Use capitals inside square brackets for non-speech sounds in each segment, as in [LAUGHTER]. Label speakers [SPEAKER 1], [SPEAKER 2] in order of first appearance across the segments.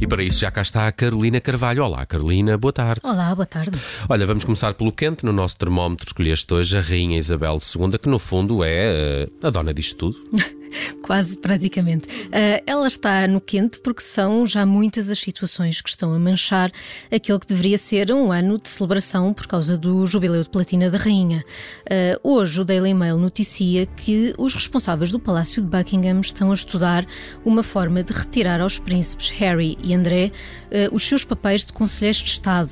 [SPEAKER 1] E para isso já cá está a Carolina Carvalho. Olá, Carolina, boa tarde.
[SPEAKER 2] Olá, boa tarde.
[SPEAKER 1] Olha, vamos começar pelo quente. No nosso termómetro escolheste hoje a Rainha Isabel II, que no fundo é eh, a dona disto tudo.
[SPEAKER 2] Quase praticamente. Ah, ela está no quente porque são já muitas as situações que estão a manchar aquele que deveria ser um ano de celebração por causa do Jubileu de Platina da Rainha. Ah, hoje o Daily Mail noticia que os responsáveis do Palácio de Buckingham estão a estudar uma forma de retirar aos príncipes Harry e André ah, os seus papéis de conselheiros de Estado,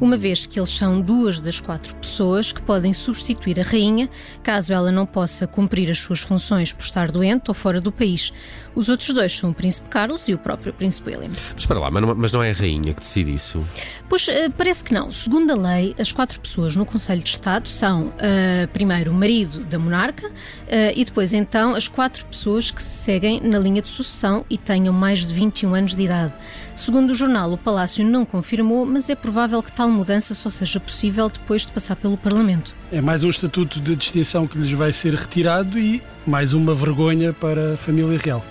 [SPEAKER 2] uma vez que eles são duas das quatro pessoas que podem substituir a rainha caso ela não possa cumprir as suas funções por estar doente ou fora do país. Os outros dois são o Príncipe Carlos e o próprio Príncipe William.
[SPEAKER 1] Mas para lá, mas não, mas não é a Rainha que decide isso.
[SPEAKER 2] Pois eh, parece que não. Segundo a lei, as quatro pessoas no Conselho de Estado são eh, primeiro o marido da monarca eh, e depois então as quatro pessoas que se seguem na linha de sucessão e tenham mais de 21 anos de idade. Segundo o jornal, o Palácio não confirmou, mas é provável que tal mudança só seja possível depois de passar pelo Parlamento.
[SPEAKER 3] É mais um estatuto de distinção que lhes vai ser retirado e mais uma vergonha para a família real.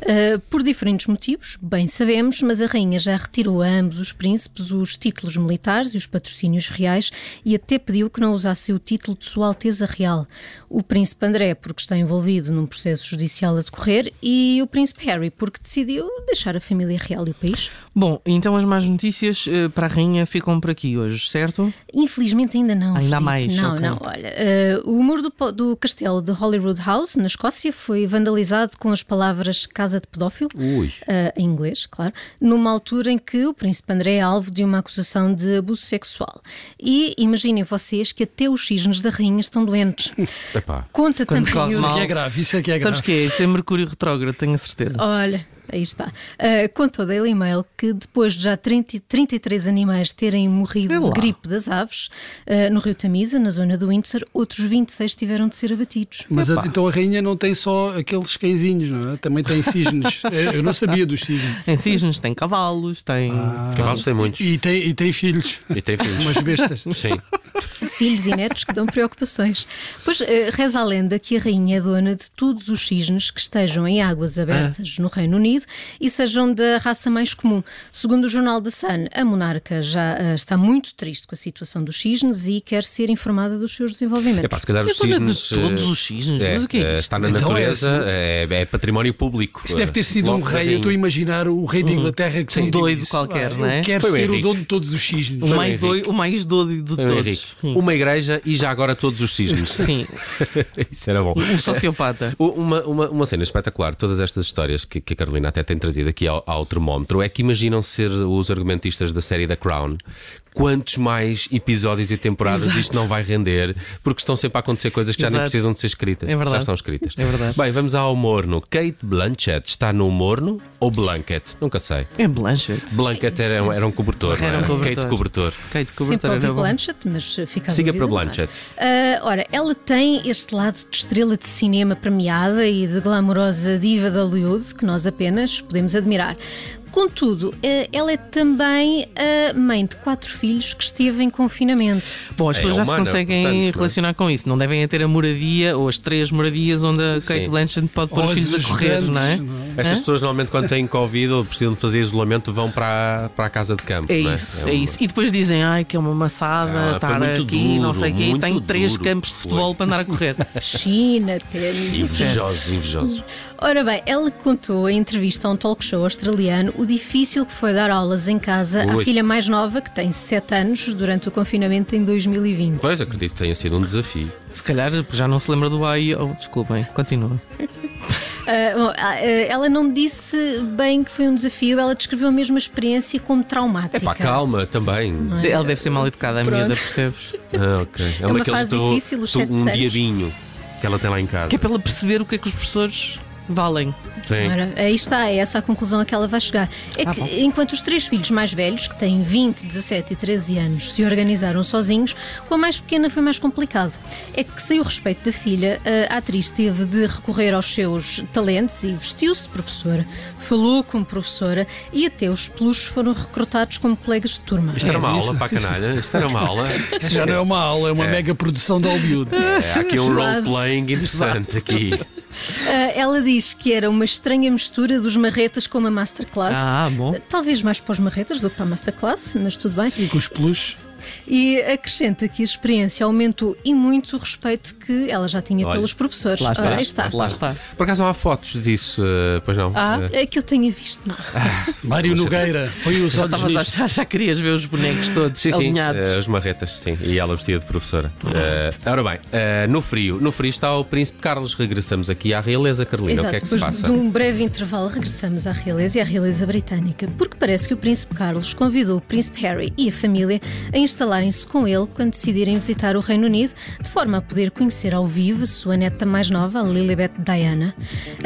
[SPEAKER 2] Uh, por diferentes motivos, bem sabemos, mas a rainha já retirou a ambos os príncipes os títulos militares e os patrocínios reais e até pediu que não usassem o título de Sua Alteza Real. O príncipe André, porque está envolvido num processo judicial a decorrer, e o príncipe Harry, porque decidiu deixar a família real e o país.
[SPEAKER 4] Bom, então as más notícias eh, para a rainha ficam por aqui hoje, certo?
[SPEAKER 2] Infelizmente ainda não.
[SPEAKER 4] Ainda
[SPEAKER 2] Judite.
[SPEAKER 4] mais,
[SPEAKER 2] Não,
[SPEAKER 4] ok.
[SPEAKER 2] não. Olha, eh, o muro do, po- do castelo de Holyrood House, na Escócia, foi vandalizado com as palavras casa de pedófilo,
[SPEAKER 1] Ui.
[SPEAKER 2] eh, em inglês, claro, numa altura em que o príncipe André é alvo de uma acusação de abuso sexual. E imaginem vocês que até os cisnes da rainha estão doentes.
[SPEAKER 1] Epá.
[SPEAKER 2] Conta
[SPEAKER 4] Quando
[SPEAKER 2] também
[SPEAKER 4] corre
[SPEAKER 2] o...
[SPEAKER 3] Isso é
[SPEAKER 4] mal.
[SPEAKER 3] que é grave, isso é que é grave.
[SPEAKER 4] Sabes que é? Isto é Mercúrio Retrógrado, tenho a certeza.
[SPEAKER 2] Olha, aí está. Ah, conta o Daily Mail que depois de já 30, 33 animais terem morrido
[SPEAKER 4] Sei
[SPEAKER 2] de
[SPEAKER 4] lá.
[SPEAKER 2] gripe das aves, ah, no rio Tamisa, na zona do Windsor, outros 26 tiveram de ser abatidos.
[SPEAKER 3] Mas a-
[SPEAKER 1] Epá.
[SPEAKER 3] então a rainha não tem só aqueles cãezinhos, não é? Também tem [LAUGHS] cisnes. É, Eu não sabia dos cisnes.
[SPEAKER 1] Oh.
[SPEAKER 4] Em cisnes tem cavalos, tem.
[SPEAKER 3] Ah.
[SPEAKER 1] Cavalos tem muitos.
[SPEAKER 3] E tem, e tem [LAUGHS] filhos,
[SPEAKER 1] E tem filhos.
[SPEAKER 3] umas bestas.
[SPEAKER 1] Sim.
[SPEAKER 2] Filhos e netos que dão preocupações. Pois ah, reza a lenda que a rainha é dona de todos os cisnes que estejam em águas abertas no Reino Unido e sejam da raça mais comum. Segundo o jornal The Sun, a monarca já ah, está muito triste com a situação dos cisnes e quer ser informada dos seus desenvolvimentos.
[SPEAKER 1] Epá, se calhar os
[SPEAKER 4] É dona de
[SPEAKER 1] cisnes.
[SPEAKER 4] todos
[SPEAKER 1] eh,
[SPEAKER 4] os cisnes?
[SPEAKER 1] é,
[SPEAKER 4] Mas o que é
[SPEAKER 1] eh,
[SPEAKER 4] isto?
[SPEAKER 1] Está na
[SPEAKER 3] Então é
[SPEAKER 1] natureza,
[SPEAKER 3] assim.
[SPEAKER 1] é, é património público.
[SPEAKER 3] Isso deve ter sido
[SPEAKER 1] Logo
[SPEAKER 3] um
[SPEAKER 1] da
[SPEAKER 3] rei, eu
[SPEAKER 1] rainha.
[SPEAKER 3] estou a imaginar o rei da Inglaterra que
[SPEAKER 4] Um
[SPEAKER 3] decidiu
[SPEAKER 4] doido
[SPEAKER 3] isso.
[SPEAKER 4] qualquer,
[SPEAKER 3] Ah,
[SPEAKER 4] não é?
[SPEAKER 3] Eu quero
[SPEAKER 1] Foi o
[SPEAKER 3] ser o
[SPEAKER 1] Henrique.
[SPEAKER 3] dono de todos os cisnes.
[SPEAKER 4] O mais,
[SPEAKER 1] Henrique.
[SPEAKER 4] doido, o mais doido de
[SPEAKER 1] Foi o
[SPEAKER 4] todos.
[SPEAKER 1] É um Henrique. Uma igreja e já agora todos os
[SPEAKER 4] [LAUGHS]
[SPEAKER 1] cisnes.
[SPEAKER 4] Sim,
[SPEAKER 1] Isso era [LAUGHS] bom.
[SPEAKER 4] um sociopata.
[SPEAKER 1] U- Uma, uma, uma cena espetacular, todas estas histórias que, que a Carolina até tem trazido aqui ao, ao termómetro, é que imaginam ser os argumentistas da série da Crown. Quantos mais episódios e temporadas isto não vai render, porque estão sempre a acontecer coisas que já nem
[SPEAKER 4] Exato.
[SPEAKER 1] precisam de ser escritas.
[SPEAKER 4] É verdade.
[SPEAKER 1] Já estão escritas.
[SPEAKER 4] É verdade.
[SPEAKER 1] Bem, vamos ao morno. Kate Blanchett está no morno ou blanket? Nunca sei.
[SPEAKER 4] É Blanchett.
[SPEAKER 1] Blanket era, um- era um cobertor, não
[SPEAKER 4] Era um cobertor.
[SPEAKER 1] Kate cobertor.
[SPEAKER 4] Kate
[SPEAKER 2] Sempre
[SPEAKER 4] Cobertor
[SPEAKER 2] ouvi
[SPEAKER 4] era bom.
[SPEAKER 2] Blanchett, mas eh, fica a
[SPEAKER 1] Siga
[SPEAKER 2] dúvida,
[SPEAKER 1] para
[SPEAKER 2] não é?
[SPEAKER 1] Blanchett.
[SPEAKER 2] Ah, ora, ela tem este lado de estrela de cinema premiada e de glamourosa diva de Hollywood que nós apenas podemos admirar. Contudo, eh, ela é também a mãe de quatro filhos que esteve
[SPEAKER 1] [LAUGHS]
[SPEAKER 2] em confinamento.
[SPEAKER 4] Bom, as
[SPEAKER 1] É
[SPEAKER 4] pessoas já se
[SPEAKER 1] humana,
[SPEAKER 4] conseguem
[SPEAKER 1] portanto, não é?
[SPEAKER 4] relacionar com isso. Não devem é ter a moradia ou as três moradias onde a Kate
[SPEAKER 1] Sim.
[SPEAKER 4] Blanchett pode pôr
[SPEAKER 3] Ou
[SPEAKER 4] os filhos
[SPEAKER 3] as
[SPEAKER 4] a correr,
[SPEAKER 3] ajudantes,
[SPEAKER 4] não é?
[SPEAKER 3] não é?
[SPEAKER 1] Estas
[SPEAKER 4] Hã?
[SPEAKER 1] pessoas normalmente quando têm Covid ou precisam de fazer isolamento vão para, a- para a casa de campo.
[SPEAKER 4] É
[SPEAKER 1] não um
[SPEAKER 4] isso, é,
[SPEAKER 1] uma-
[SPEAKER 4] isso. E depois dizem, ai, que é uma maçada
[SPEAKER 1] Ah, foi
[SPEAKER 4] estar
[SPEAKER 1] muito
[SPEAKER 4] aqui, não sei o quê,
[SPEAKER 1] duro,
[SPEAKER 4] e tem
[SPEAKER 1] muito
[SPEAKER 4] três
[SPEAKER 1] duro.
[SPEAKER 4] campos de futebol
[SPEAKER 1] Foi.
[SPEAKER 4] para andar
[SPEAKER 1] [LAUGHS]
[SPEAKER 4] a correr.
[SPEAKER 2] Piscina, ténis,
[SPEAKER 1] Invejosos, invejosos.
[SPEAKER 2] Ora bem, ela contou em entrevista a um talk show australiano o difícil que foi dar aulas em casa
[SPEAKER 1] Ui.
[SPEAKER 2] à filha mais nova, que tem 7 anos, durante o confinamento em 2020.
[SPEAKER 1] Pois, acredito que tenha sido um desafio.
[SPEAKER 4] Se calhar já não se lembra do AI. Oh, desculpem, continua.
[SPEAKER 2] Ah, bom, ah, ah, ela não disse bem que foi um desafio, ela descreveu mesmo a experiência como traumática.
[SPEAKER 1] Pá, calma, também.
[SPEAKER 2] é?
[SPEAKER 4] Ela deve ser mal educada, a
[SPEAKER 2] Pronto.
[SPEAKER 4] miúda, percebes?
[SPEAKER 1] Ah, ok. É,
[SPEAKER 2] uma
[SPEAKER 1] daqueles
[SPEAKER 2] fase
[SPEAKER 1] do-
[SPEAKER 2] difícil, os
[SPEAKER 1] do-
[SPEAKER 2] sete
[SPEAKER 1] Um
[SPEAKER 2] anos.
[SPEAKER 1] diabinho que ela tem lá em casa.
[SPEAKER 4] Que é para ela perceber o que é que os professores valem.
[SPEAKER 1] Sim.
[SPEAKER 2] Ora, aí está, é essa a conclusão a que ela vai chegar. É
[SPEAKER 4] Ah,
[SPEAKER 2] que
[SPEAKER 4] bom.
[SPEAKER 2] enquanto os três filhos mais velhos, que têm 20, 17 e 13 anos, se organizaram sozinhos, com a mais pequena foi mais complicado. É que, sem o respeito da filha, ah, a atriz teve de recorrer aos seus talentos e vestiu-se de professora, falou como professora e até os peluches foram recrutados como colegas de turma.
[SPEAKER 1] Isto era uma
[SPEAKER 3] É,
[SPEAKER 1] aula
[SPEAKER 3] isso.
[SPEAKER 1] para a canalha. Isto era uma
[SPEAKER 2] [LAUGHS]
[SPEAKER 1] aula.
[SPEAKER 3] Isso já não é uma aula, é uma mega produção de Hollywood.
[SPEAKER 1] É, há aqui um
[SPEAKER 2] Quase.
[SPEAKER 1] role-playing interessante aqui.
[SPEAKER 2] Ah, ela diz que era uma estranha mistura dos marretas com uma masterclass.
[SPEAKER 4] Ah, bom.
[SPEAKER 2] Talvez mais para os marretas do que para a masterclass, mas tudo bem.
[SPEAKER 3] Sim, com os peluches.
[SPEAKER 2] E acrescenta que a experiência aumentou e muito o respeito que ela já tinha
[SPEAKER 1] Olha,
[SPEAKER 2] pelos professores.
[SPEAKER 4] Lá
[SPEAKER 2] Ora, aí
[SPEAKER 4] está. Lá está.
[SPEAKER 1] Por acaso não há fotos disso, eh, pois não?
[SPEAKER 4] Ah.
[SPEAKER 1] Eh,
[SPEAKER 2] É que eu tenha visto, não.
[SPEAKER 3] Mário
[SPEAKER 1] Poxa,
[SPEAKER 3] Nogueira, põe os olhos
[SPEAKER 4] Estavas a
[SPEAKER 3] nisto.
[SPEAKER 4] achar, já querias ver os bonecos todos
[SPEAKER 1] Sim, sim,
[SPEAKER 4] alinhados.
[SPEAKER 1] eh, os marretas, sim, e ela vestida de professora. Eh, ora bem, eh, no frio, no frio está o Príncipe Carlos. Regressamos aqui à realeza, Carolina.
[SPEAKER 2] Exato.
[SPEAKER 1] O que é que se
[SPEAKER 2] Depois
[SPEAKER 1] passa?
[SPEAKER 2] de um breve intervalo, regressamos à realeza e à realeza britânica, porque parece que o Príncipe Carlos convidou o Príncipe Harry e a família a instalarem-se com ele quando decidirem visitar o Reino Unido, de forma a poder conhecer ao vivo a sua neta mais nova, a Lilibet Diana.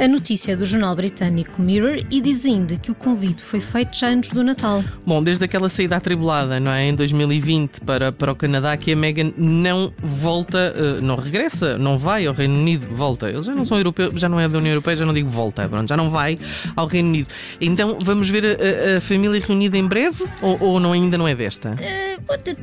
[SPEAKER 2] A notícia é do jornal britânico Mirror e diz ainda que o convite foi feito já antes do Natal.
[SPEAKER 4] Bom, desde aquela saída atribulada, não é? Em 2020 para, para o Canadá, que a Meghan não volta, eh, não regressa, não vai ao Reino Unido, volta. Eles já não são europeus, já não é da União Europeia, já não digo volta, pronto, já não vai ao Reino Unido. Então vamos ver a, a- a família reunida em breve ou, ou não, ainda não é desta?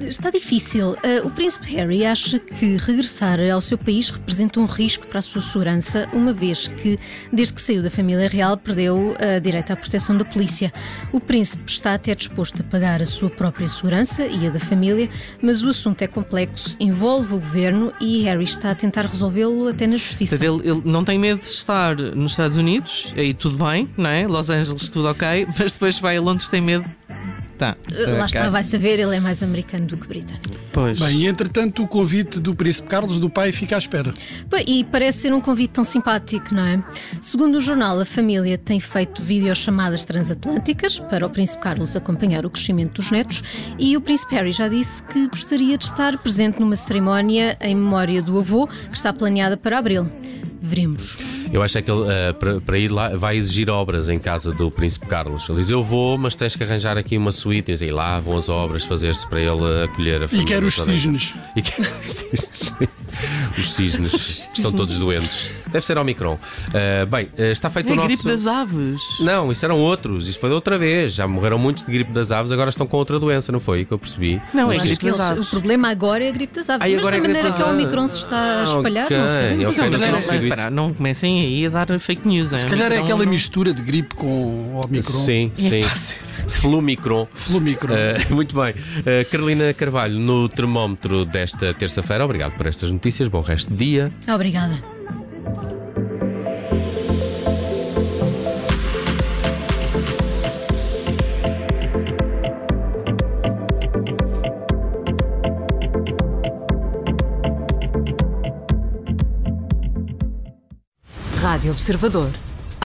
[SPEAKER 2] Está difícil. Uh, O príncipe Harry acha que regressar ao seu país representa um risco para a sua segurança, uma vez que, desde que saiu da família real, perdeu a direito à proteção da polícia. O príncipe está até disposto a pagar a sua própria segurança e a da família, mas o assunto é complexo, envolve o governo e Harry está a tentar resolvê-lo até na justiça.
[SPEAKER 4] Portanto, ele, ele não tem medo de estar nos Estados Unidos, aí tudo bem, não é? Los Angeles, tudo ok, [LAUGHS] mas depois vai a Londres, tem medo. Tá.
[SPEAKER 2] Uh, Lá está,
[SPEAKER 4] ok.
[SPEAKER 2] vai saber, ele é mais americano do que britânico.
[SPEAKER 4] Pois.
[SPEAKER 3] Bem, e entretanto o convite do Príncipe Carlos do pai fica à espera.
[SPEAKER 2] Pô, E parece ser um convite tão simpático, não é? Segundo o jornal, a família tem feito videochamadas transatlânticas para o Príncipe Carlos acompanhar o crescimento dos netos e o Príncipe Harry já disse que gostaria de estar presente numa cerimónia em memória do avô que está planeada para abril. Veremos.
[SPEAKER 1] Eu acho é que ele, eh, para, para ir lá, vai exigir obras em casa do Príncipe Carlos. Ele diz: Eu vou, mas tens que arranjar aqui uma suíte. E diz, "E lá vão as obras fazer-se para ele acolher a
[SPEAKER 3] E
[SPEAKER 1] família.
[SPEAKER 3] quer os
[SPEAKER 1] toda."
[SPEAKER 3] cisnes.
[SPEAKER 1] E que... os cisnes. Os cisnes estão todos doentes. Deve ser Omicron. Uh, bem, eh, está feito
[SPEAKER 4] É
[SPEAKER 1] o
[SPEAKER 4] a
[SPEAKER 1] nosso.
[SPEAKER 4] gripe das aves.
[SPEAKER 1] Não, isso eram outros. Isso foi da outra vez. Já morreram muitos de gripe das aves, agora estão com outra doença, não foi? Que eu percebi.
[SPEAKER 4] Não,
[SPEAKER 1] Mas
[SPEAKER 2] Eu
[SPEAKER 4] é
[SPEAKER 1] sim.
[SPEAKER 2] acho
[SPEAKER 4] gripe
[SPEAKER 2] que eles-
[SPEAKER 4] das aves.
[SPEAKER 2] o problema agora é a gripe das aves.
[SPEAKER 1] Ai,
[SPEAKER 2] mas
[SPEAKER 1] agora é
[SPEAKER 2] da
[SPEAKER 1] a gripe
[SPEAKER 2] maneira
[SPEAKER 1] das
[SPEAKER 2] que o
[SPEAKER 1] aves.
[SPEAKER 2] Omicron se está a espalhar,
[SPEAKER 1] Ok,
[SPEAKER 2] não sei.
[SPEAKER 1] ok,
[SPEAKER 4] Não,
[SPEAKER 1] não
[SPEAKER 4] calhar
[SPEAKER 1] tinha
[SPEAKER 4] é-
[SPEAKER 1] percebido isso.
[SPEAKER 4] pera, não comecem aí a dar fake news. Então,
[SPEAKER 3] Se calhar é aquela mistura de gripe com Omicron.
[SPEAKER 4] É
[SPEAKER 1] Sim, sim. Flumicron.
[SPEAKER 3] Flumicron.
[SPEAKER 1] Uh, [LAUGHS] muito bem. Uh, Carolina Carvalho, no termómetro desta terça-feira, obrigado por estas notícias. Bom resto de dia.
[SPEAKER 2] Obrigada.
[SPEAKER 5] Rádio Observador.